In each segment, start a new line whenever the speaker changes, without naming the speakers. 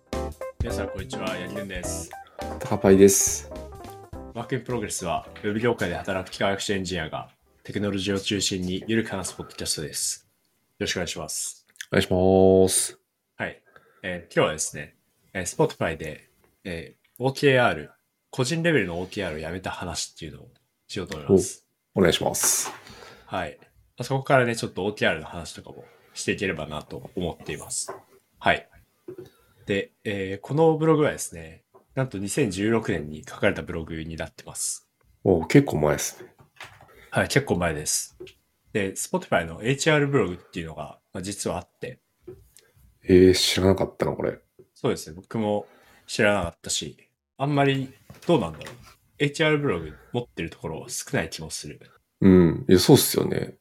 こんにちは、ヤギルンです。
ターパイです。
ワークインプログレスは、ウェブ業界で働く機械学習エンジニアが、テクノロジーを中心にゆるく話すポッドキャストです。よろしくお願いします。
お願いします。
はい。えー今日はですね、えー Spotify で、えー OKR、個人レベルの OKR をやめた話っていうのをしようと思います。
お願いします。
はい。あそこからね、ちょっと OTR の話とかもしていければなと思っています。はい。で、えーこのブログはですね、なんと2016年に書かれたブログになってます。
お結構前ですね。
はい、結構前です。で、Spotify の HR ブログっていうのが、まあ、実はあって、
えー、知らなかったな、これ。
そうですね、僕も知らなかったし、あんまりどうなんだろう。HR ブログ持ってるところは少ない気もする。
うん。いや、そうっすよね。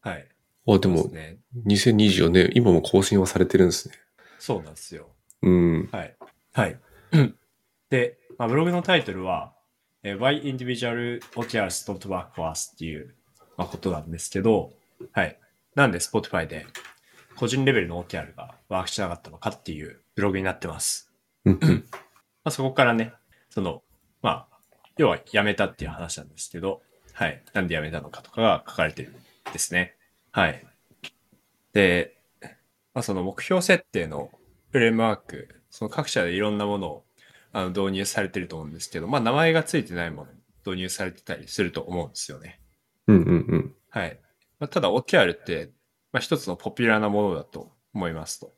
はい。
あ、で
そ
も
う、ですね。
2024年、今も更新はされてるんですね。
そうなんですよ。
うん。
はい。はい。で、まあ、ブログのタイトルは、えー Why Individual OKRs Don't Work For Us っていう、まあ、ことなんですけど、はい。なんで Spotify で個人レベルの OKR がワークしなかったのかっていうブログになってます。
うんうん
まあ、そこからね、その、まあ、要は辞めたっていう話なんですけど、はい。なんで辞めたのかとかが書かれてるんですね。はい。で、まあ、その目標設定のフレームワーク、その各社でいろんなものをあの導入されてると思うんですけど、まあ、名前がついてないもの導入されてたりすると思うんですよね。
うんうんうん。
はい。まあ、ただ、OKR って、まあ、一つのポピュラーなものだと思いますと。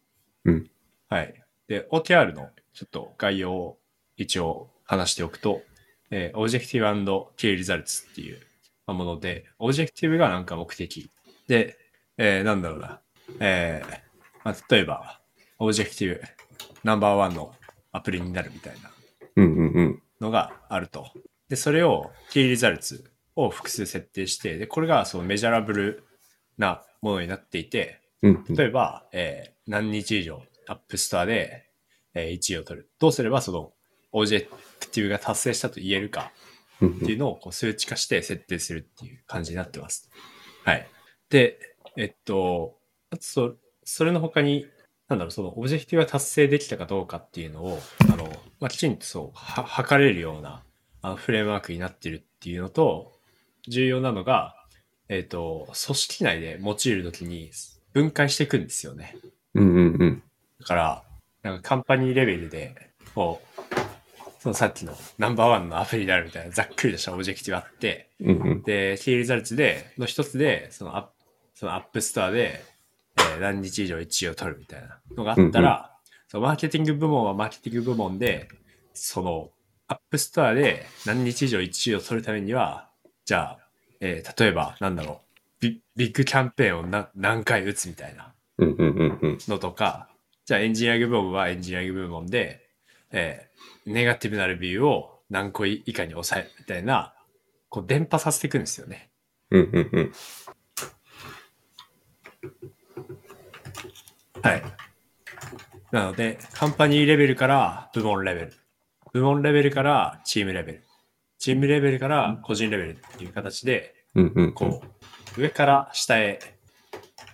うん。
はい。で、OKR のちょっと概要を一応話しておくと、えー、Objective Key Results っていうまあもので、Objective がなんか目的。で、えーなんだろうな。えーまあ、例えば、Objective ナンバーワンのアプリになるみたいな
うんうんうん。
のがあると。で、それを key results を複数設定して、で、これがそのメジャラブルなものになっていて、
うんうん。
例えば、えー何日以上アップストアで、えー1位を取る。どうすればそのオジェクティブが達成したと言えるか
うん
っていうのをこう数値化して設定するっていう感じになってます。はい。で、えっと、あとそそれの他に、なんだろう、そのオブジェクティブが達成できたかどうかっていうのを、あの、まあ、きちんとそう、は測れるようなあのフレームワークになってるっていうのと、重要なのが、えっと、組織内で用いるときに分解していくんですよね。
うんうんうん。
だから、なんかカンパニーレベルで、こう、そのさっきのナンバーワンのアプリであるみたいなざっくりとしたオブジェクティブあって、
うんうん。
で、キーリザルツで、の一つで、そのアップ、そのアップストアで、えー何日以上1位を取るみたいなのがあったら、そのマーケティング部門はマーケティング部門で、そのアップストアで何日以上1位を取るためには、じゃあ、えー例えば、なんだろう、ビビッグキャンペーンをな何回打つみたいな。
うんうんうんうん。
のとか、じゃあエンジニアリング部門はエンジニアリング部門で、えーネガティブなレビューを何個以下に抑えるみたいな、こう伝播させていくんですよね。
うんうんうん。
はい。なので、カンパニーレベルから部門レベル、部門レベルからチームレベル、チームレベルから個人レベルっていう形で、
うんうん。
こう、上から下へ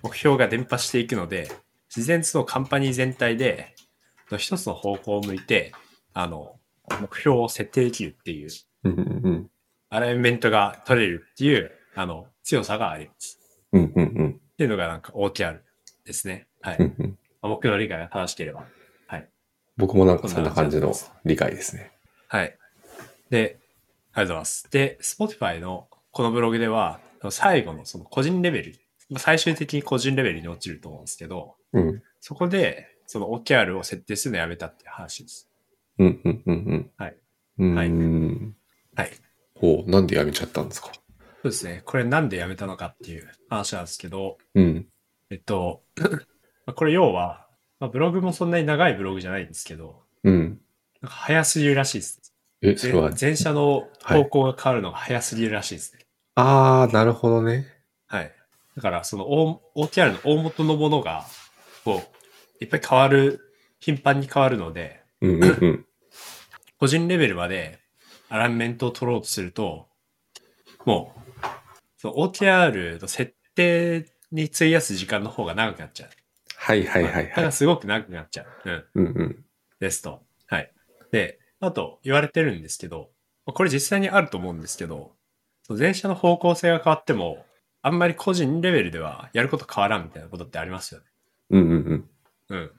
目標が伝播していくので、自然とそのカンパニー全体で、の一つの方向を向いて、あの、目標を設定できるっていう、
うんうんうん。
アライメントが取れるっていう、あの、強さがあります。
うんうんうん。
っていうのがなんか OKR ですね。はい。
うんうん。
僕の理解が正しければ。
僕もなんかそんな感じの理解ですね。
はい。で、ありがとうございます。で、Spotify のこのブログでは、最後のその個人レベル、まあ最終的に個人レベルに落ちると思うんですけど、
うん。
そこで、その OKR を設定するのやめたっていう話です。
うんうんうんうん。
はい。
うん。
はいはい。
ほう、なんでやめちゃったんですか
そうですね。これなんでやめたのかっていう話なんですけど、
うん。
えっと、まあこれ要は、まあ、ブログもそんなに長いブログじゃないんですけど、
うん。
なんか早すぎるらしいです。
え、それは、
前者の方向が変わるのが早すぎるらしいですね。
ああ、なるほどね。
はい。だから、その大 OKR の大元のものが、こう、いっぱい変わる、頻繁に変わるので、
うんうんうん。
個人レベルまでアランメントを取ろうとすると、もう、その OKR の設定に費やす時間の方が長くなっちゃう。
はいはいはい
だか
は
ら
い。
すごく長くなっちゃう。うん。
うんうん。
ですと。はい。で、あと言われてるんですけど、まあこれ実際にあると思うんですけど、その電車の方向性が変わっても、あんまり個人レベルではやること変わらんみたいなことってありますよね。
うんうんうん。
うん。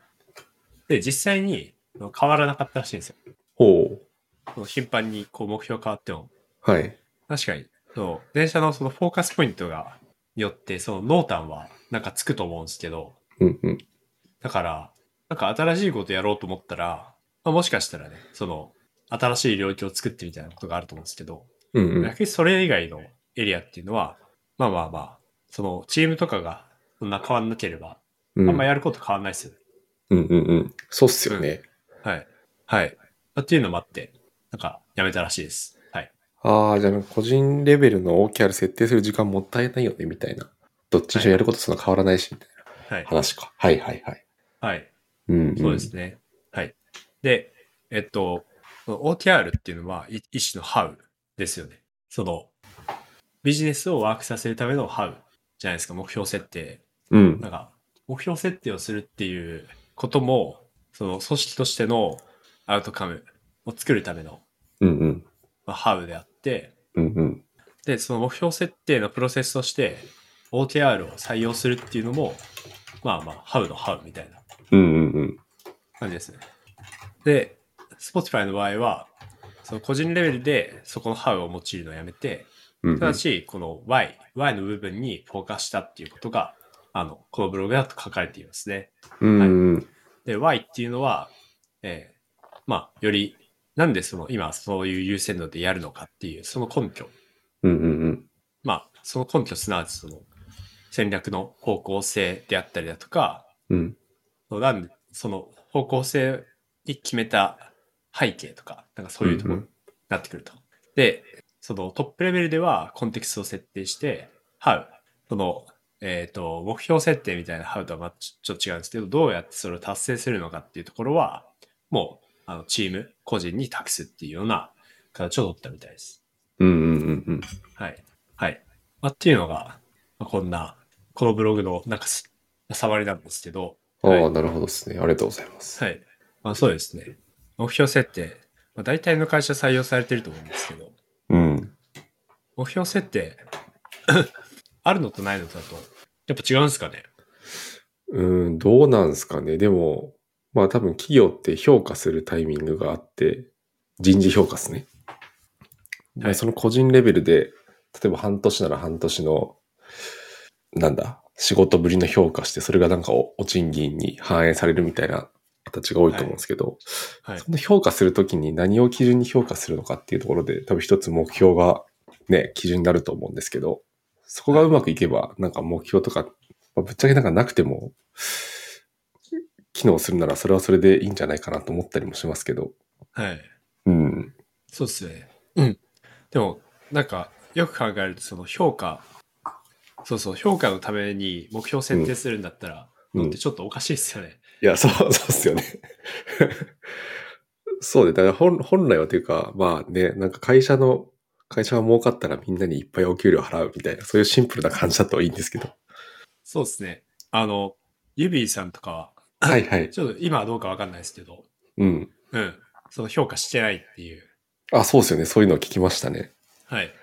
で、実際に変わらなかったらしいんですよ。
ほ
その頻繁にこう目標変わっても。
う。はい。
確かに。そう。電車のそのフォーカスポイントが、によって、その濃淡はなんかつくと思うんですけど、
うんうん。
だから、なんか新しいことやろうと思ったら、まあ、もしかしたらね、その、新しい領域を作ってみたいなことがあると思うんですけど、
うんうん。
逆にそれ以外のエリアっていうのは、まあまあまあ、そのチームとかがそんな変わんなければ、
う
あ
ん
んまやること変わんないですよね。
うんうんうん。そうっすよね。
はい。はい。っていうのもあって、なんかやめたらしいです。はい。
ああ、じゃあなんか個人レベルの OKR 設定する時間もったいないよね、みたいな。どっちにしろやることそんな変わらないし、みたい
はい
な。話か。はいはいはい。
はい。
うん、うん。
そうですね。はい。で、えっと、その OTR っていうのは、い一種の How ですよね。その、ビジネスをワークさせるための How じゃないですか、目標設定。
うん。
なんか、目標設定をするっていうことも、その組織としてのアウトカムを作るための、
うんうん。
まあ、How であって、
うんうん。
で、その目標設定のプロセスとして、OTR を採用するっていうのも、まあまあ、How の How みたいな
うんうんうん。
感じですね。で、Spotify の場合は、その個人レベルでそこの How を用いるのをやめて、
うんうん
ただし、この Y、Y の部分にフォーカスしたっていうことが、あの、このブログだと書かれていますね。
うんうん。
で、Y っていうのは、えーまあ、より、なんでその、今そういう優先度でやるのかっていう、その根拠。
うんうんうん。
まあ、その根拠、すなわちその、戦略の方向性であったりだとか、
うん。
そうなんで、その方向性に決めた背景とか、なんかそういうところになってくると。で、そのトップレベルではコンテクストを設定して、How、その、えっ、と、目標設定みたいな How とはまあちょちょっと違うんですけど、どうやってそれを達成するのかっていうところは、もう、あの、チーム、個人に託すっていうような形を取ったみたいです。
うんうんうんうん。
はい。はい。まあ、っていうのが、まあこんな、このブログの、なんかす、触りなんですけど、
あ
はい
あ、なるほどですね。ありがとうございます。
はい。まあそうですね。目標設定。まあ、大体の会社採用されてると思うんですけど、
うん。
目標設定、 あるのとないのとだと、やっぱ違うんですかね。
うん、どうなんですかね。でも、まあ多分企業って評価するタイミングがあって、人事評価ですね。で
はい
その個人レベルで、例えば半年なら半年の、なんだ、仕事ぶりの評価して、それがなんかおお賃金に反映されるみたいな形が多いと思うんですけど、
はい。
その評価するときに何を基準に評価するのかっていうところで、多分一つ目標がね、基準になると思うんですけど、そこがうまくいけば、なんか目標とか、まあぶっちゃけなんかなくても、機能するならそれはそれでいいんじゃないかなと思ったりもしますけど。
はい。
うん。
そうですね。うん。でも、なんか、よく考えると、その評価、そうそう、評価のために目標設定するんだったら、
うん
のってちょっとおかしいですよね。
いや、そう、そうっすよね。そうで、だから本本来はというか、まあね、なんか会社の、会社が儲かったらみんなにいっぱいお給料払うみたいな、そういうシンプルな感じだといいんですけど。
そうですね。あの、ユビーさんとかは、
はいはい。
ちょっと今はどうかわかんないですけど、
うん。
うん。その評価してないっていう
あ、そうですよね。そういうのを聞きましたね。
はい。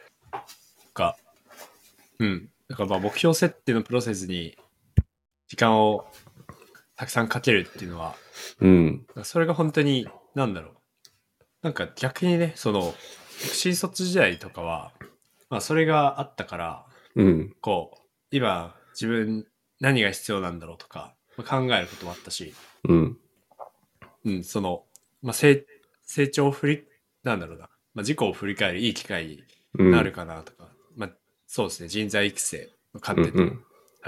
が、うん。だからまあ目標設定のプロセスに時間をたくさんかけるっていうのは、
うん。
それが本当に、なんだろう。なんか逆にね、その、新卒時代とかは、まあそれがあったから、
うん。
こう、今自分何が必要なんだろうとか、まあ考えることもあったし、
うん。
うん、その、まあ成、成長を振り、なんだろうな、まあ自己を振り返るいい機会
うん。
なるかなとか、まあ、そうですね、人材育成の観
うん
点と、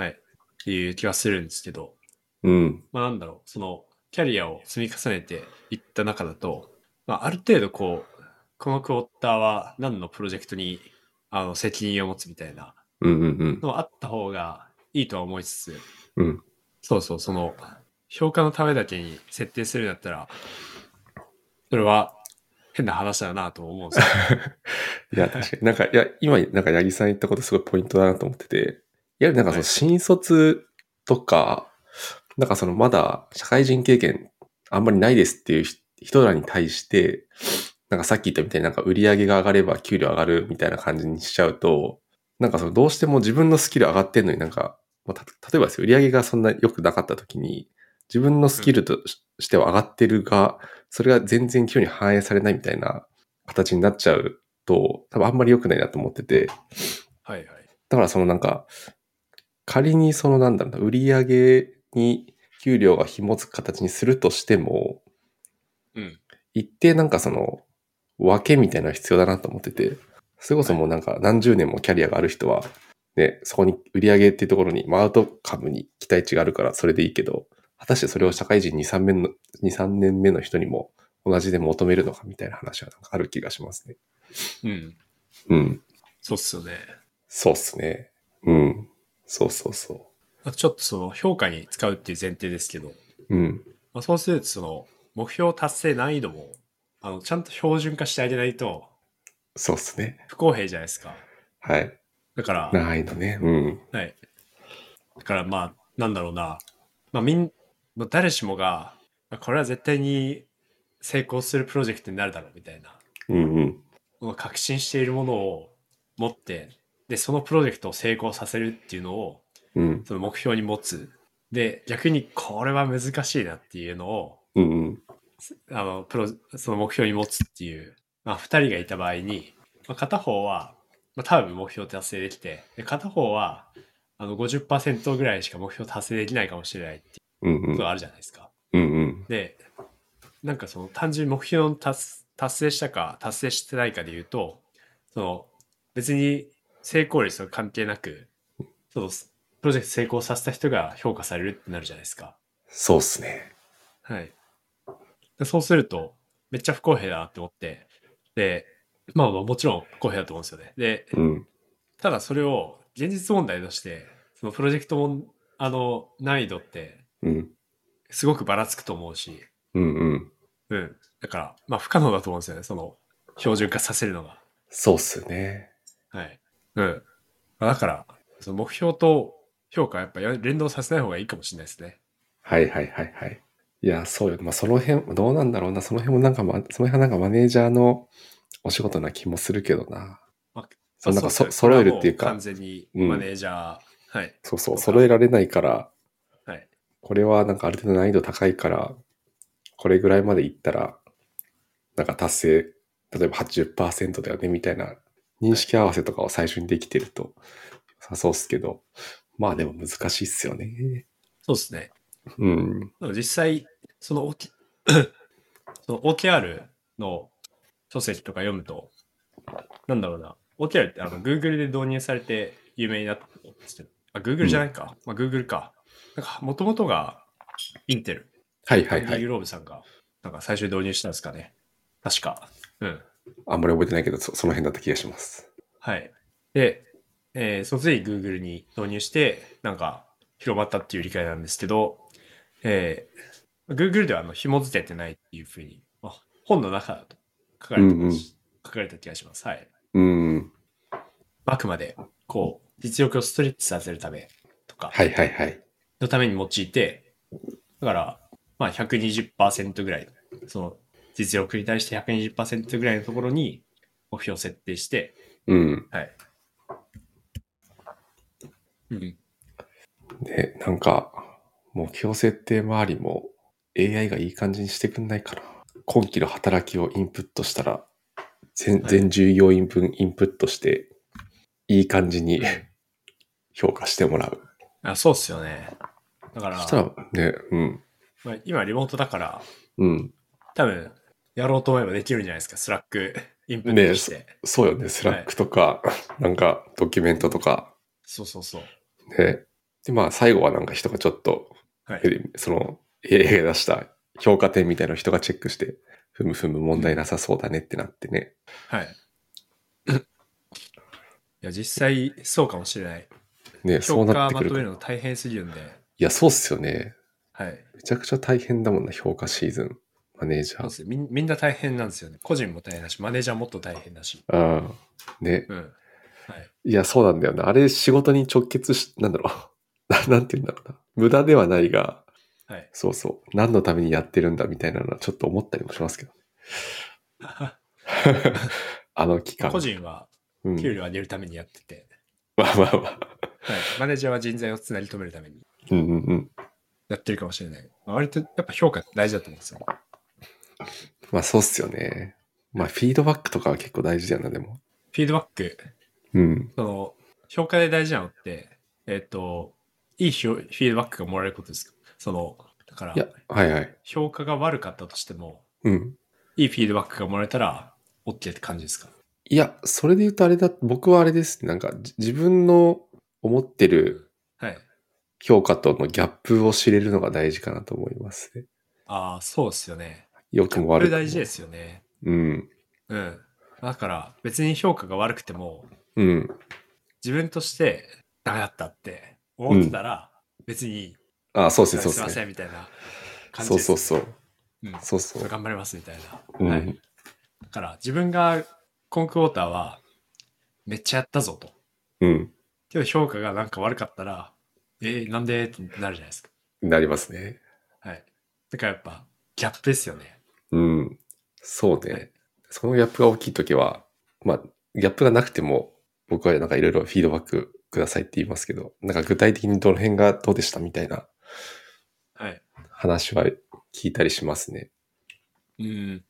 はい、っていう気はするんですけど、
うん。うん。
まあ、なんだろう、その、キャリアを積み重ねていった中だと、まあ、ある程度こう、このクォーターは何のプロジェクトにあの責任を持つみたいな
うん。うん。
のあった方がいいとは思いつつ、
うん。
そうそう、その、評価のためだけに設定するんだったら、それは変な話だなとも思うんです よ。
いや、確かになんか、いや、今、なんか、八木さん言ったことすごいポイントだなと思ってて、いや、なんかそ
は
の
い
新卒とか、なんかそのまだ社会人経験あんまりないですっていう人一らに対して、なんかさっき言ったみたいになんか売り上げが上がれば給料上がるみたいな感じにしちゃうと、なんかそのどうしても自分のスキル上がってんのになんか、まあた例えばですよ、売り上げがそんな良くなかった時に、自分のスキルとししては上がってるが、それが全然給料に反映されないみたいな形になっちゃうと、多分あんまり良くないなと思ってて、
はいはい。
だからそのなんか、仮にそのなんだろうな、売り上げに給料が紐づく形にするとしても、
うん。
一定なんかその、分けみたいなのが必要だなと思ってて、それこそもうなんか何十年もキャリアがある人は、ね、そこに売り上げっていうところに、まあアウトカムに期待値があるからそれでいいけど、果たしてそれを社会人2、3年の、2、3年目の人にも同じで求めるのかみたいな話はなんかある気がしますね。
うん。
うん。
そうっすよね。
そうっすね。うん。そうそうそ
あとちょっとその評価に使うっていう前提ですけど、
う。うん。
まあ、そうするとその目標達成難易度もあのちゃんと標準化してあげないと
そうっすね。
不公平じゃないですか。
はい。
だから、
難易度ね。うん。
はい。だからまあ、なんだろうな。まあ、みん、まあ誰しもが、まあこれは絶対に成功するプロジェクトになるだろうみたいな、
うんうん。
まあ確信しているものを持って、で、そのプロジェクトを成功させるっていうのを、
うん。
その目標に持つ。で、逆にこれは難しいなっていうのを、
うんうん。
あの、プロ、その目標に持つっていう、まあ、二人がいた場合に、まあ、片方は、まあ、多分目標達成できて、で片方は、あの50、ぐらいしか目標達成できないかもしれないっていう
うんう
こ
ん
と。があるじゃないですか。
うんうん。
で、なんかその単純に目標を達達成したか、達成してないかで言うと、その、別に成功率は関係なく、その、プロジェクト成功させた人が評価されるってなるじゃないですか。
そうっすね。
はい。でそうすると、めっちゃ不公平だなって思って、で、まあまあもちろん不公平だと思うんですよね。で、
うん。
ただそれを現実問題として、そのプロジェクトも、あの、難易度って
うん。
すごくばらつくと思うし、
うんうん。
うん。だから、まあ不可能だと思うんですよね。その、標準化させるのが。
そうっすね。
はい。うん。まあだから、その目標と評価はやっぱ連動させない方がいいかもしれないですね。
はいはいはいはい。いや、そうよ。まあ、その辺、どうなんだろうな。その辺もなんか、ま、その辺はなんかマネージャーのお仕事な気もするけどな。
まあ、
そうなんかそ
ですね
揃えるっていうか
これはも完全にマネージャー、はい。
そうそ
そう
う。
か
揃えられないから、
はい。
これはなんかある程度難易度高いから、これぐらいまでいったら、なんか達成、例えば80%だよねみたいな認識合わせとかを最初にできてると、さそうっすけど、まあでも難しいっすよね。
そうですね。
うん。
でも実際、その OK その OKR の書籍とか読むと、なんだろうな、OKR ってあの Google で導入されて有名になったんですけど、あ、Google じゃないか。まあ、Google か。なんか、もともとがインテル、
はいはいは
リー
い。
グローブさんが、なんか最初に導入したんですかね。確か。うん。
あんまり覚えてないけど、そその辺だった気がします。
はい。で、えー、その次 Google に導入して、なんか広まったっていう理解なんですけど、えー、Google ではあの紐付けてないっていうふうに、まあ、本の中だと書かれてます、
うんうん
書かれた気がします。はい。
うん。
あくまで、こう、実力をストレッチさせるためとか、
はいはいはい。
のために用いて、だから、まあ120%ぐらい、その実力に対して120%ぐらいのところに目標を設定して、
うん。
はい。うん。
ね、なんか、目標設定周りも AI がいい感じにしてくんないかな。今期の働きをインプットしたら、全
はい
全従業員分インプットして、いい感じに評価してもらう。
あそうっすよね。だか
そ
ら、
したらね、うん。
まあ、今リモートだから、
うん。
多分、やろうと思えばできるんじゃないですか、スラック、インプットして。
そうよね。スラックとか、なんかドキュメントとか、
そうそうそう。
ね。で、まあ最後はなんか人がちょっと
はい。
その AI が出した評価点みたいなのを人がチェックして、ふむふむ問題なさそうだねってなってね。
はい。いや、実際、そうかもしれない。
ね、そ
評
うな
価
って
ま
くる
と
と。
め
い
るの大変すぎるんで、
や、そうっすよね。
はい。
めちゃくちゃ大変だもんな、評価シーズン。マネージ
そう
ャ
っ
ー。
すみんみんな大変なんですよね。個人も大変だし、マネージャーもっと大変だし。
ああ。ね。
うん。はい。
いや、そうなんだよ な。あれ、仕事に直結し、なんだろう。ななんて言うんだろうな。無駄ではないが、
はい。
そうそう。何のためにやってるんだみたいなのはちょっと思ったりもしますけど。 あの期間。
個人は
うん、
給料を上げるためにやってて、
まあまあまあ。
はい、マネージャーは人材をつなぎ止めるために
うんうんうん。
やってるかもしれない。割とやっぱ評価大事だと思うんですよ。
まあそうっすよね。まあフィードバックとかは結構大事だよな、でも。
フィードバック、
うん。
その、評価で大事なのって、えっ、と、いいひょフィードバックがもらえることですかその、だから
い、や、はいはい。
評価が悪かったとしても、
うん。
いいフィードバックがもらえたら、OK って感じですか
いや、それで言うとあれだ、僕はあれです。なんかじ自分の思ってる
はい。
評価とのギャップを知れるのが大事かなと思いますね。
ああ、そうですよね。
良くも
こ
悪
れ
くも。
大事ですよね。
うん。
うん。だから、別に評価が悪くても、
うん。
自分としてダメだったって思ってたら、別に、
あ、そうですね、
す
そう
い
です
ま
ね。
せんみたいな感じ
そう
で
そうそう。
うん
そうそ
ちょっと
う。
頑張りますみたいな。
うん
はい。だから自分がコンクウォーターはめっちゃやったぞと。
うん。
けど評価がなんか悪かったら、えーなんでってなるじゃないですか。
なりますね。
はい。だからやっぱギャップですよね。
うん。そう
はい
ね。そのギャップが大きいときは、まあ、ギャップがなくても、僕はなんかいろいろフィードバックくださいって言いますけど、なんか具体的にどの辺がどうでしたみたいな
はい。
話は聞いたりしますね。
うん。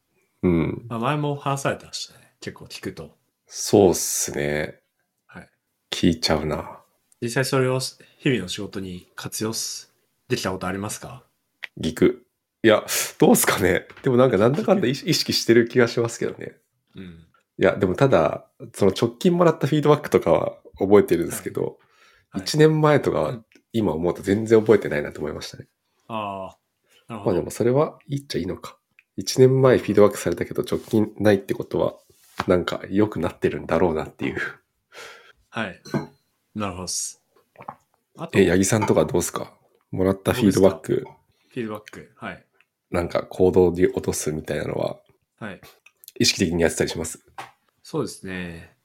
うん。
まあ、前も話されてましたね。結構聞くと。
そうっすね。
はい。
聞いちゃうな。
実際それを日々の仕事に活用すできたことありますか
ギク。いや、どうっすかね。でもなんかなんだかんだ意識意識してる気がしますけどね。
うん。
いや、でもただ、その直近もらったフィードバックとかは覚えてるんですけど、
はい
1年前とか
う
は
ん
今思うと全然覚えてないなと思いましたね。
ああ。なる
ま
ほ
あで
ど。
もそれはいいっちゃいいのか。1年前フィードバックされたけど直近ないってことは、なんか良くなってるんだろうなっていう。
はい。なるほどっす。あと、フ
え、
ィ
八木さんとかどうっすかもらったフィードバック、
ードバック。はい。
なんか行動に落とすみたいなのは、
はい。
意識的にやってたりします。
そうですね。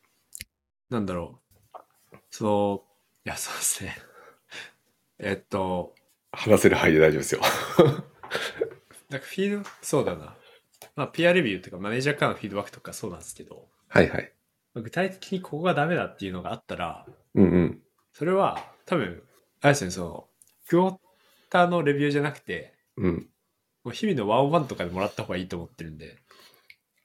なんだろう。その、いや、そうですね。 えっと、
話せる範囲で大丈夫ですよ。
なんかフィード、そうだな。まあ、ピアレビューとかマネージャーからのフィードバックとかそうなんですけど、
はいはい。
まあ具体的にここがダメだっていうのがあったら、
うんうん。
それは多分、あれですね、その、クォーターのレビューじゃなくて、
うん。
もう日々のワンオンワンとかでもらった方がいいと思ってるんで、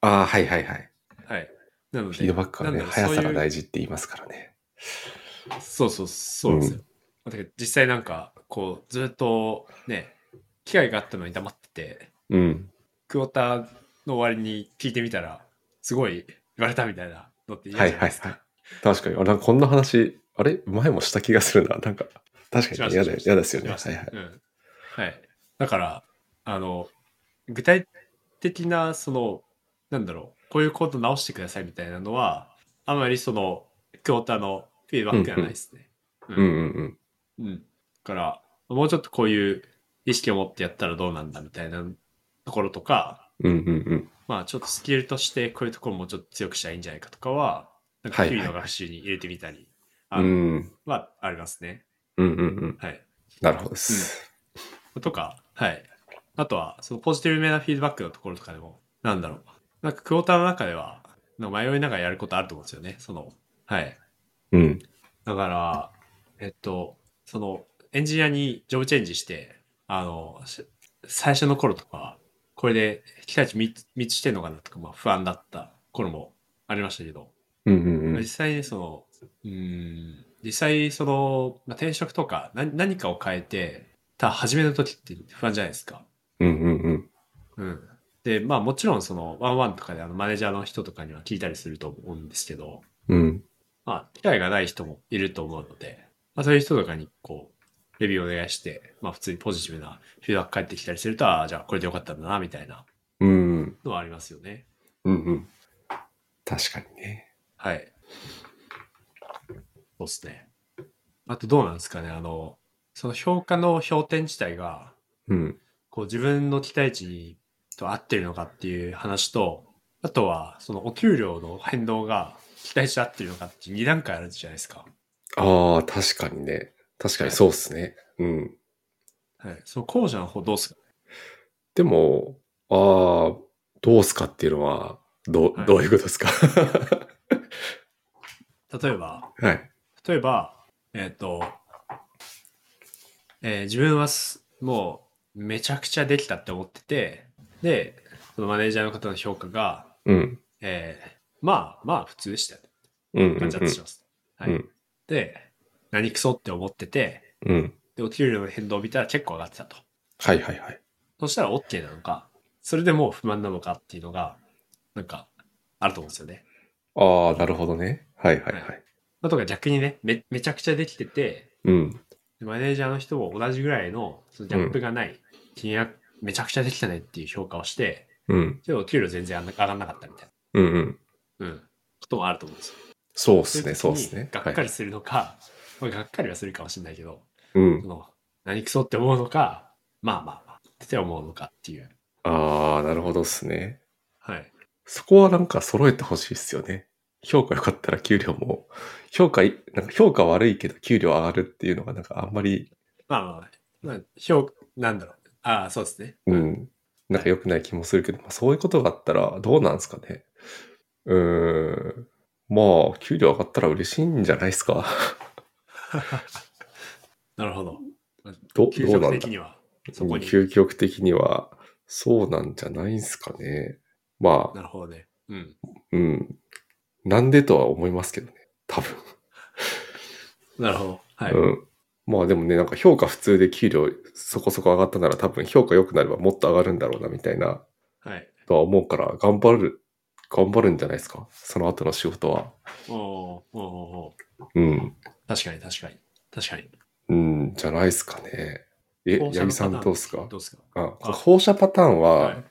ああ、はいはいはい。
はい。なので、
フィードバックはね、
なんだろう
速さが
そういう
大事って言いますからね。
そうそう、そうなんですよ。だけど実際なんか、こう、ずっとね、機会があったのに黙ってて、
うん。
クォーターの終わりに聞いてみたら、すごい言われたみたいなのって嫌
はい
じゃな
はいい
ですか。
はい。確かに。あ、なんかこんな話、あれ前もした気がするな。なんか、確
し
か
ました
に嫌だよ嫌ですよ
し
ね。は
ました
いはい。
うん。はい。だから、あの、具体的な、その、なんだろう、こういうコード直してくださいみたいなのは、あまりその、クォーターのフィードバックがないですね。
うんうんうん。
うん。だから、もうちょっとこういう意識を持ってやったらどうなんだみたいなところとか、
うんうんうん。
まあちょっとスキルとしてこういうところもちょっと強くしたらいいんじゃないかとかは、なんか
はい
日
はい
々の学習に入れてみたり
う
あの
ん。
はありますね。
うんうんうん。
はい。
なるほどです。
とか、はい。あとは、そのポジティブめなフィードバックのところとかでも、なんだろう。なんかクォーターの中では、なんか迷いながらやることあると思うんですよね。その、はい。
うん。
だから、えっと、その、エンジニアにジョブチェンジして、あの、し最初の頃とか、これで期待値満満ちしてんのかなとか、まあ不安だった頃もありましたけど、
うんうんう
実
ん。
際にその、うーん、実際その、まあ、転職とか何何かを変えて、た初めの時って不安じゃないですか。
うんうんうん。
うん。で、まあもちろんその、ワンワンとかであのマネージャーの人とかには聞いたりすると思うんですけど、
うん。
まあ、機会がない人もいると思うので、まあ、そういう人とかに、こう、レビューをお願いして、まあ、普通にポジティブなフィードバック返ってきたりすると、ああ、じゃあ、これでよかったんだな、みたいな
うん
のはありますよね。
うんうん。確かにね。
はい。そうですね。あと、どうなんですかね、あの、その評価の評点自体が、
うん。
こう、自分の期待値と合ってるのかっていう話と、あとは、そのお給料の変動が期待値と合ってるのかっていう2段階あるじゃないですか。
ああ、確かにね。確かにそうっすね。うん。
はい。そう、後者の方どうすか
でも、ああ、どうすかっていうのは、ど
は
う、
い
どういうことですか
例えば、
はい。
例えば、えっ、と、えー自分はすもうめちゃくちゃできたって思ってて、で、そのマネージャーの方の評価が、
うん。
えーまあまあ普通でしたよ。
うんうん、
ガチャッとします。はい。
うん
で、何クソって思ってて、
うん。うん。
で、お給料の変動を見たら結構上がってたと。
はいはいはい。
そしたら OK なのか、それでもう不満なのかっていうのが、なんか、あると思うんですよね。
ああ、なるほどね。はいはいは。
はいまあとか逆にねめ、めちゃくちゃできてて、
うん。マ
マネージャーの人も同じぐらいのそのギャップがない、君はめちゃくちゃできたねっていう評価をして、
うん。
けどお給料全然上がらなかったみたい
うんうん。
な、うん、こともあると思うんですよ。
そうですね、そう
い
で
時に
すね。
がっか
はい。
りするのか、まあがっかりはするかもしれないけど、
うん
そ。の何クソって思うのか、まあまあまあって思うのかっていう。
ああ、なるほどですね。
はい。
そこはなんか揃えてほしいですよね。評価良かったら給料も、評価い、なんか評価悪いけど給料上がるっていうのがなんかあんまり、
まあまあ、まあ、評なんだろう。ああ、そうですね。
う。ん、なんか良くない気もするけど、まあ、そういうことがあったらどうなんですかね。うーん。まあ、給料上がったら嬉しいんじゃないですか。
なるほど。
ど、
究
どうな
極
ん
的
だ
には、そこに。
究極的には、そうなんじゃないですかね。まあ、
なるほどね。うん。
うん。なんでとは思いますけどね。多分。
なるほど。はい。
うん。まあでもね、なんか評価普通で給料そこそこ上がったなら多分評価良くなればもっと上がるんだろうなみたいな
はい。
とは思うから頑張る、頑張るんじゃないですか。その後の仕事は。
おーおーお
うん。
ー確かに確かに。確かに。
うん、じゃないですかね。え、八木さんどうですか
どうですか
あ、放射パターンは、
はい。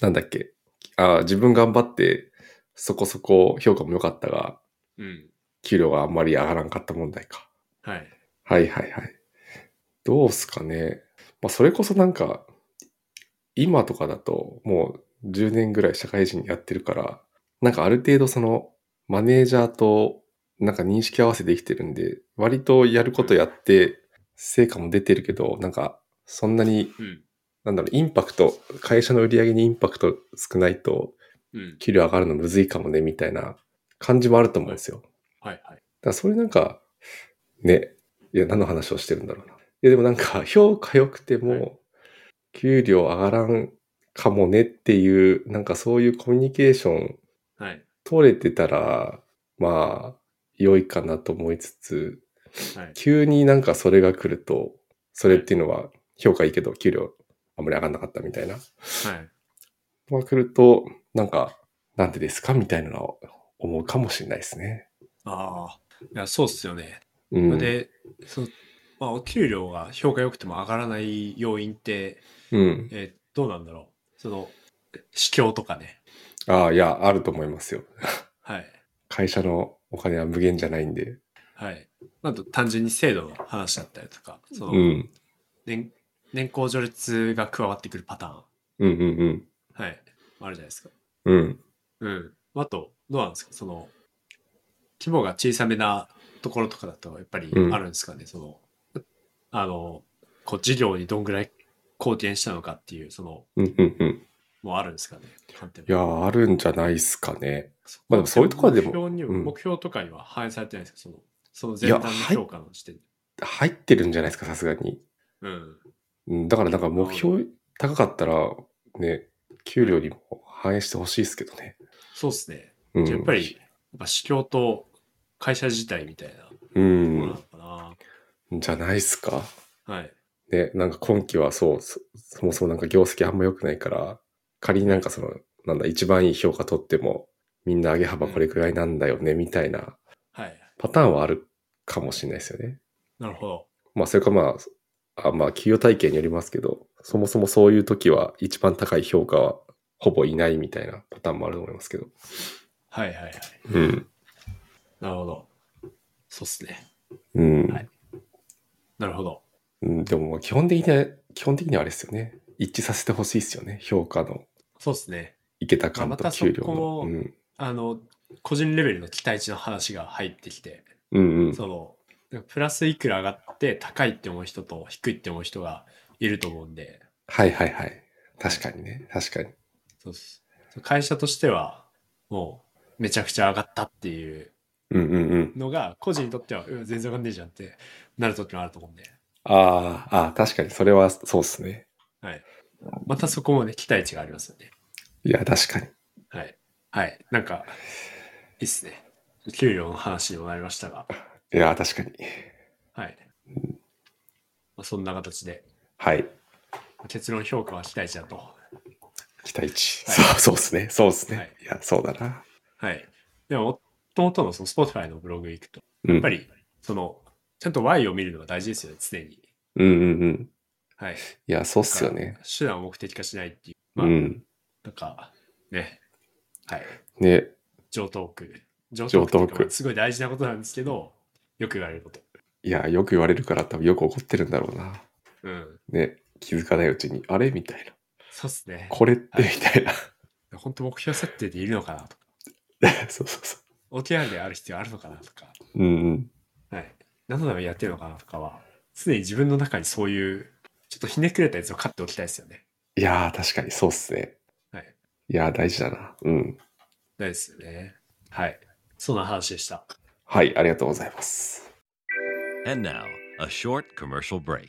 なんだっけ。あ、自分頑張ってそこそこ評価も良かったが、
うん。
給料があんまり上がらんかった問題か。
はい。
はいはいはい。どうすかね。まあ、それこそなんか、今とかだともう10年ぐらい社会人やってるから、なんかある程度そのマネージャーとなんか認識合わせできてるんで、割とやることやって、成果も出てるけど、なんかそんなに、
うん。
なんだろう、インパクト、会社の売り上げにインパクト少ないと、
うん。
給料上がるのむずいかもね、みたいな感じもあると思うんですよ。
はいはい。
だからそれなんか、ね、いや、何の話をしてるんだろうな。いや、でもなんか、 評価良くて
は
も、給料上がらんかもねっていう、なんかそういうコミュニケーション
はい。
取れてたら、まあ、良いかなと思いつつ、
はい。
急になんかそれが来ると、それっていうのは、評価いいけど、給料あんまり上がんなかったみたいな。
はい。
が来ると、なんか、なんでですかみたいなのを思うかもしれないですね。
ああ。いや、そうっすよね。
うん。
で、その、まあ、お給料が評価良くても上がらない要因って、
うん。
えーどうなんだろう。その、市況とかね。
ああ、いや、あると思いますよ。
はい。
会社のお金は無限じゃないんで。
はい。あと、単純に制度の話だったりとか、その、
うん。
年年功序列が加わってくるパターン、
うんうん
はい、あるじゃないですか。
うん。う
う
ん。
ん。あと、どうなんですかその、規模が小さめなところとかだと、やっぱり
うん
あるんですかね、その、あの、こう、事業にどんぐらい貢献したのかっていう、その、
うんうんうん。
もうあるんですかね観点
いやー、あるんじゃないっすかね。
こ
まあでもそういうところでも
目標に
うん
目標とかには反映されてないですかその、その前段の
いやはい
評価の時点で。
入ってるんじゃないですか、さすがに。
うん。
うんだからなんか目標高かったら、ね、給料にも反映してほしいですけどね。
そうですね。
うん。
やっぱり、やっぱ市況と会社自体みたいな
う
ところなの
ん。
かな。
じゃないっすか。
はい。
ね、なんか今期はそう、そそもそもなんか業績あんま良くないから、仮になんかその、なんだ、一番いい評価取っても、みんな上げ幅これくらいなんだよね、みたいな
はい。
パターンはあるかもしれないですよね。
なるほど。
まあ、それかまあ、あまあ、給与体系によりますけど、そもそもそういう時は一番高い評価はほぼいないみたいなパターンもあると思いますけど。
はいはいはい。
うん。
なるほど。そうっすね。
うん。
はいなるほど。
うんでもまあ、基本的には、基本的にはあれですよね。一致させてほしいですよね。評価の、
そうっすね。
いけた感
まあま
と
たそこ
給料の。うん。
あの、個人レベルの期待値の話が入ってきて、
うんうん。
その、プラスいくら上がっって高いって思う人と低いって思う人がいると思うんで、
はいはいはい。確かにね。確かに。
そうっす会社としてはもうめちゃくちゃ上がったっていう
うんうんうん。
のが個人にとってはうわ全然上がんねえじゃんってなる時もあると思うんで、
あーあー、確かにそれはそうっすね。
はい、またそこもね期待値がありますよね。
いや、確かに。
はい。はい。なんか、いいっすね。給料の話にもなりましたが、
いや、確かに。
はい。まあ、そんな形で、
はい。
結論評価は期待値だと。
期待値。
はい
そうそうっすね。そうっすね。
はい
い、や、そうだな。
はい。でも、もともとのその Spotify のブログ行くと、
うん、
やっぱり、その、ちゃんと Y を見るのが大事ですよね、常に。
うんうんうん。
はい。
いや、そうっすよね。
手段を目的化しないっていう。まあ、
うん。
なんか、ね。はい。
ね、
上等句。上
等句
等句っていうかすごい大事なことなんですけど、よく言われること。
いや、よく言われるから多分よく怒ってるんだろうな。
うん。
ね、気づかないうちに、あれみたいな。
そうっすね。
これって
は
み
い
たいな。
本当目標設定でいるのかなとか。
そうそうそ
OKR である必要あるのかなとか、
う。うんうん。
はい、何のためにやってるのかなとかは、常に自分の中にそういう、ちょっとひねくれたやつを買っておきたいですよね。
いやー、確かにそうっすね。
はい。
いやー、大事だな。うん。
ないですよね。はい。そんな話でした。
はい、ありがとうございます。
And now, a short commercial break.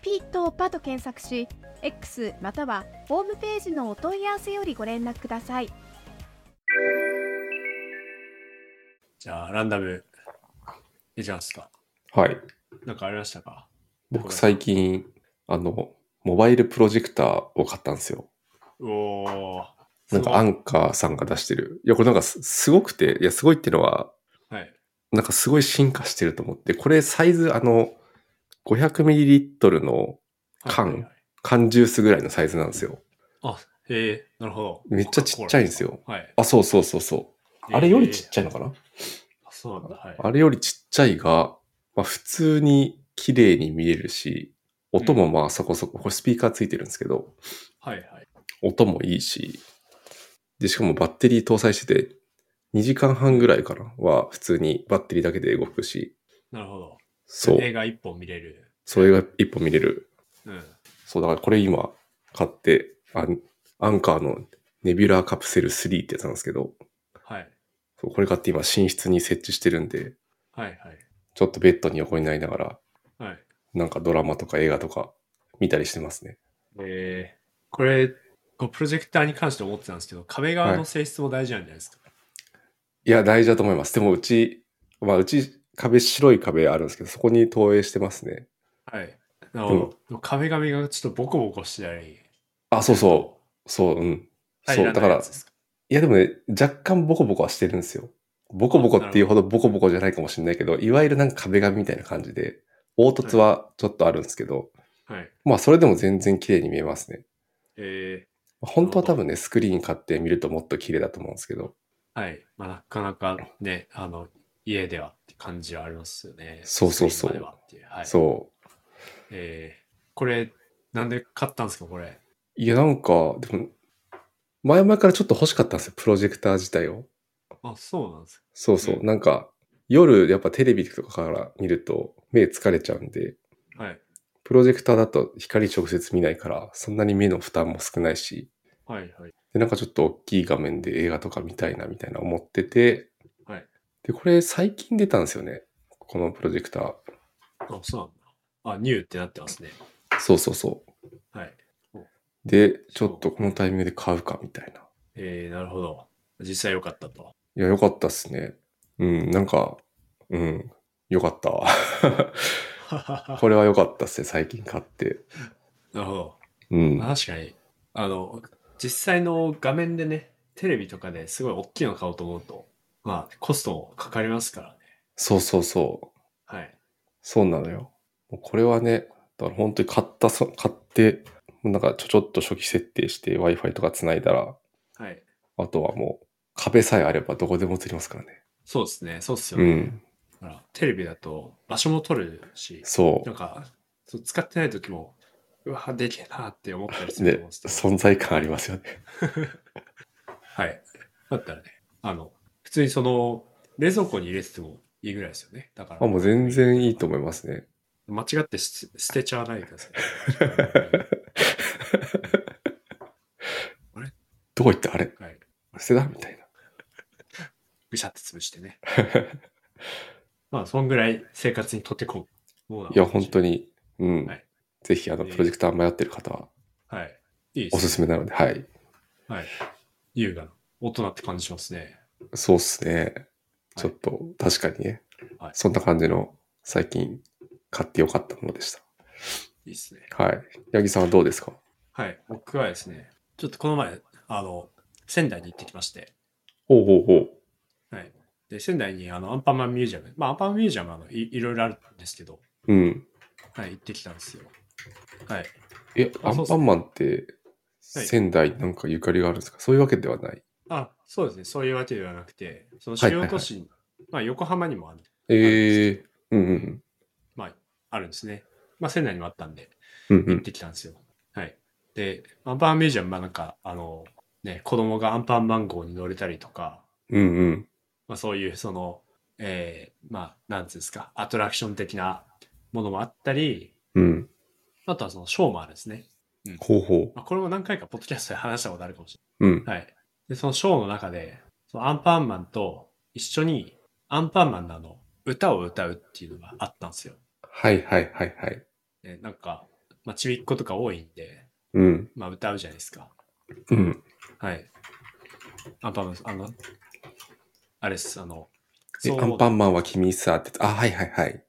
ピと「パ」と検索し X またはホームページのお問い合わせよりご連絡ください。
じゃあ、ランダム、いきますか。
はい。
なんかありましたか
僕、最近、あの、モバイルプロジェクターを買ったんですよ。
うおー。
なんかア
ん、
ンカーさんが出してる。いや、これなんかすすごくて、いや、すごいっていうのは、
はい。
なんかすごい進化してると思って、これサイズ、あの、500ml の缶
はいはいはい
缶ジュースぐらいのサイズなんですよ。
あ、へえなるほど。
めっちゃちっちゃいんですよ。
はい。
あ、そうそうそうそう。あれよりちっ
ゃい。
ちゃいのかな、
あそうなんだ。はい。
あれよりちっちゃいが、まあ、普通に綺麗に見えるし、音もまあそこそこ、これスピーカーついてるんですけど、
はいはい。
音もいいし、で、しかもバッテリー搭載してて、2時間半ぐらいかなは普通にバッテリーだけで動くし、
なるほど。
そう、
映画一本見れる。
それが一歩見れる
うん。
そう、だからこれ今買って、あアンカーのネビュラーカプセル3ってやつなんですけど、
はい。
そうこれ買って今寝室に設置してるんで、
はい
ちょっとベッドに横になりながら、
はい。はい。
なんかドラマとか映画とか見たりしてますね。
えー、これ、こうプロジェクターに関して思ってたんですけど、壁側の性質も大事なんじゃないですか。
いや、大事だと思います。でもうち、まあうち壁、白い壁あるんですけど、そこに投影してますね。
はい。なるほど。壁紙がちょっとボコボコしてたり。
あ、そうそう。そう、うん。そう、だから、いやでもね、若干ボコボコはしてるんですよ。ボコボコっていうほどボコボコじゃないかもしれないけど、いわゆるなんか壁紙みたいな感じで、凹凸はちょっとあるんですけど、
ら。はい。
まあ、それでも全然綺麗に見えますね。
え
本当は多分ね、スクリーン買って見るともっと綺麗だと思うんですけど。
ー、はい。まあ、なかなかね、あの、家ではって感じはありますよね。
そうそうそう
スクリーンまではっていうはい。
そう。
えー、これ、なんで買ったんですか、これ。
いや、なんか、でも、前々からちょっと欲しかったんですよ、プロジェクター自体を。
あ、そうなんですか。
そうそう。
うん
なんか、夜、やっぱテレビとかから見ると目疲れちゃうんで、
はい。
プロジェクターだと光直接見ないから、そんなに目の負担も少ないし、
はいはい。
で、なんかちょっと大きい画面で映画とか見たいなみたいな思ってて、
はい
で、これ最近出たんですよね。このプロジェクター。
あ、そうなんだ。あ、ニューってなってますね。
そうそうそう。
はい。
で、ちょっとこのタイミングで買うかみたいな。
えー、なるほど。実際良かった と。
いや、よかったっすね。うん、なんか、うん、よかったわ。
な
これはよかったっすね、最近買って。
るほど。
うん。
確かに。あの、実際の画面でね、テレビとかですごい大きいの買おうと思うと、まあ、コストもかかりますからね。
そうそうそう。
はい。
そうなのよ。もうこれはね、だから本当に買ったそ、買って、なんかちょちょっと初期設定して Wi-Fi とかつないだら、
はい。
あとはもう壁さえあればどこでも映りますからね。
そうですね。そうっすよ
う
ね。
ん。
だからテレビだと場所も取るし、
そ
なんか、そう使ってない時も、うわ、でけえなって思ったりす
う。
ると思
で
うん、ですけど
存在感ありますよね。
はい。だったらね、あの、普通にその、冷蔵庫に入れててもいいぐらいですよね。だから。
あ、もう全然いいと思いますね。
間違ってし捨てちゃわないでくだ さい。あれ
どこ行ったあれ
はい。
捨てたみたいな。
ぐしゃって潰してね。 まあ、そんぐらい生活に溶け込む。
いや、本当。に、うん。
はい
ぜひ、あの、
えー
プロジェクター迷ってる方は、
はい。いいで
おす
す。
すめなので、はい。
はい。優雅な大人って感じしますね。
そうっすね。ちょっと、確かにね、
はい
そんな感じの、最近、買ってよかったものでした。
いいですね。
はい。八木さんはどうですか
はい。僕はですね、ちょっとこの前、あの、仙台に行ってきまして、
ほうほうほう。
はい。で、仙台にあの、アンパンマンミュージアム、まあ、アンパンマンミュージアムはあのいいろいろあるんですけど、
うん。
はい、行ってきたんですよ。はい。
え、
あ
ア
そうっ
ン
す
パンマンって、
はい
仙台なんかゆかりがあるんですか、そういうわけではない。
あ、そうですね。そういうわけではなくて、その
は
主
いは
要
いはい
都市、まあ、横浜にもある
ええうんうん
まあ、あるんですね。まあ、仙台にもあったんで、
うん。うんう
行っ
ん。
てきたんですよ。はい。で、アンパンミュージアムはなんか、あの、ね、子供がアンパンマン号に乗れたりとか、
うんうん。
まあ、そういう、その、えー、まあ、なんつうんですか、アトラクション的なものもあったり、
うん。
あとはそのショーもあるんですね。
ほうほ。
まあ、これも何回かポッドキャストで話したことあるかもしれないう
うん。
はい。で、そのショーの中で、そのアンパンマンと一緒にアンパンマンのあの歌を歌うっていうのがあったんですよ。
はいはいはいはい。
でなんか、まあ、ちびっ子とか多いんで、
うん。
まあ、歌うじゃないですか。
うん。
はい。アンパンマン、あの、あれです、あの、
え、
そう
アンパンマンは君さって、あ、はいはいはい。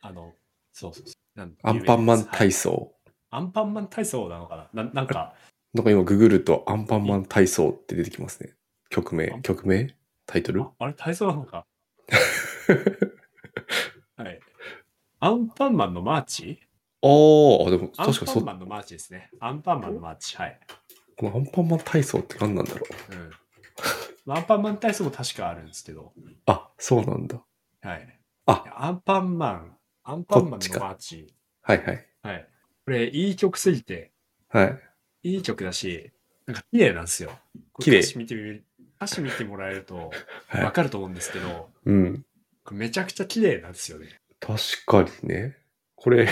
あの、そうそうそうなん
アンパンマン
有名
体
です
操。
はいアンパンマン体操なのかなななんか、
なんか今ググるとアンパンマン体操って出てきますね。曲名
あ、
曲名タイトル
ああれ体操なのかはい。アンパンマンのマーチ
あーあ、でも
アン
確かに
パ
そ
ンマンのマーチですね。アンパンマンのマーチ。はい。
このアンパンマン体操って何なんだろう。
うんまあ。アンパンマン体操も確かあるんですけど。
あ、そうなんだ。
はい。
あ
いやアンパンマン、アンパンマンのマーチ。
はいはい。
はい。これ、いい曲すぎて、
はい。
いい曲だし、なんか綺麗なんですよ。これ
綺麗
歌詞見てみる、歌詞見てもらえると
はい
わかると思うんですけど、
うん。
これめちゃくちゃ綺麗なんですよね。
確かにね。これ、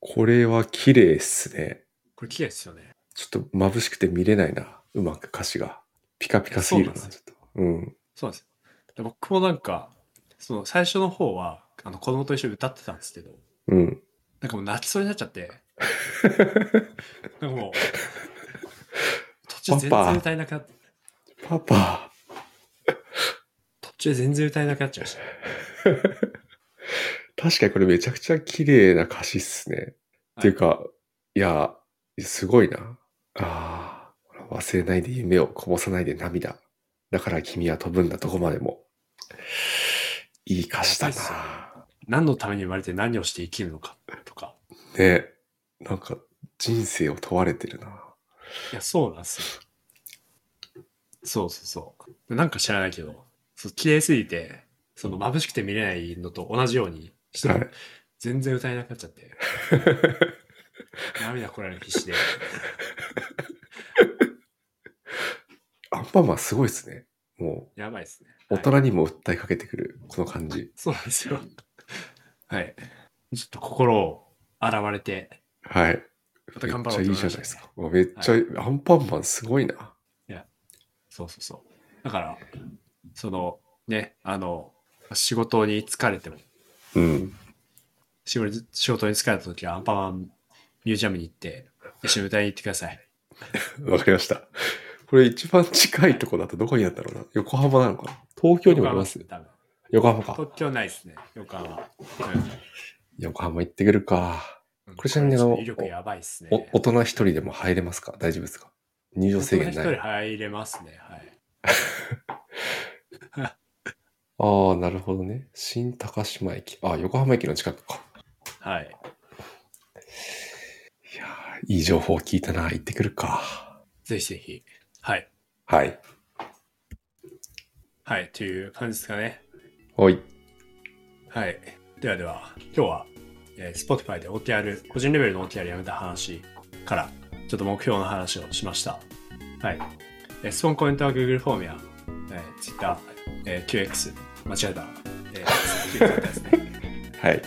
これは綺麗っすね。
これ綺麗ですよね。
ちょっと眩しくて見れないな。うまく歌詞が。ピカピカすぎるな、
いやそうなんで
ちょっと。うん。
そうなんですよ。で僕もなんか、その最初の方は、あの子供と一緒に歌ってたんですけど、
うん。
なんかもう泣きそうになっちゃって。なんかもう、途中全
パパ
然歌えなくなって、
パパ。
途中全然歌えなくなっちゃいました。
確かにこれめちゃくちゃ綺麗な歌詞っすね。っていうか、いや、すごいな。ああ、忘れないで夢をこぼさないで涙。だから君は飛ぶんだ、どこまでも。いい歌詞だ
やばいっ
な。
何のために生まれて何をして生きるのかとか。
ねなんか人生を問われてるな。
いや、そうなんですよ。そうそうそう。なんか知らないけど、そう綺麗すぎて、その眩しくて見れないのと同じようにして、
はい
全然歌えなくなっちゃって。涙こられる必死で。
アンパンマンすごいですね。も
やばいですね。
う、大
はい
人にも訴えかけてくる、この感じ。
そうなんですよ。はい。ちょっと心を洗われて、
はい。
また
めっ
頑張ろ
ちゃ
う
いい
と思ま
じゃない
した
ですか。めっちゃいい、アンパンマンすごいな。
そうそうそう。だから、そのね、あの、仕事に疲れても、
うん。
仕事に仕事に疲れた時はアンパンマンミュージアムに行って、一緒に歌いに行ってください。
わかりました。これ一番近いとこだとどこにあったろうな横浜なのかな東京にもあります
横浜多
横浜
分
か。
東京ないですね、横浜。
横浜行ってくるか。
うん
これちなみにあの
これちょっと威力やばいっすね。
お大人一人でも入れますか大丈夫ですか入場制限
一
な
人
い。あ
入れますね、はい。
あー、なるほどね。新高島駅。ああ、横浜駅の近くか。
はい。
いやーいい情報聞いたな。行ってくるか。
ぜひぜひ。はい。
はい。
はい。という感じですかね。
おい。
はい。ではでは、今日は、えー Spotify で OTR、個人レベルの OTR やめた話から、ちょっと目標の話をしました。はい。えー質問コメントは Google フォームや、えー Twitter、えー QX、間違えた。えー QX だったですね。
はい。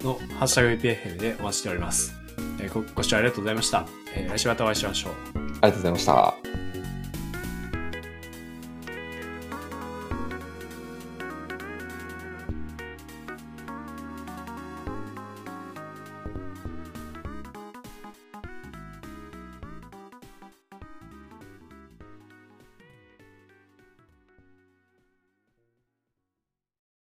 のハッシュタグ BPFM でお待ちしております。えーごご視聴ありがとうございました。えー来週またお会いしましょう。
ありがとうございました。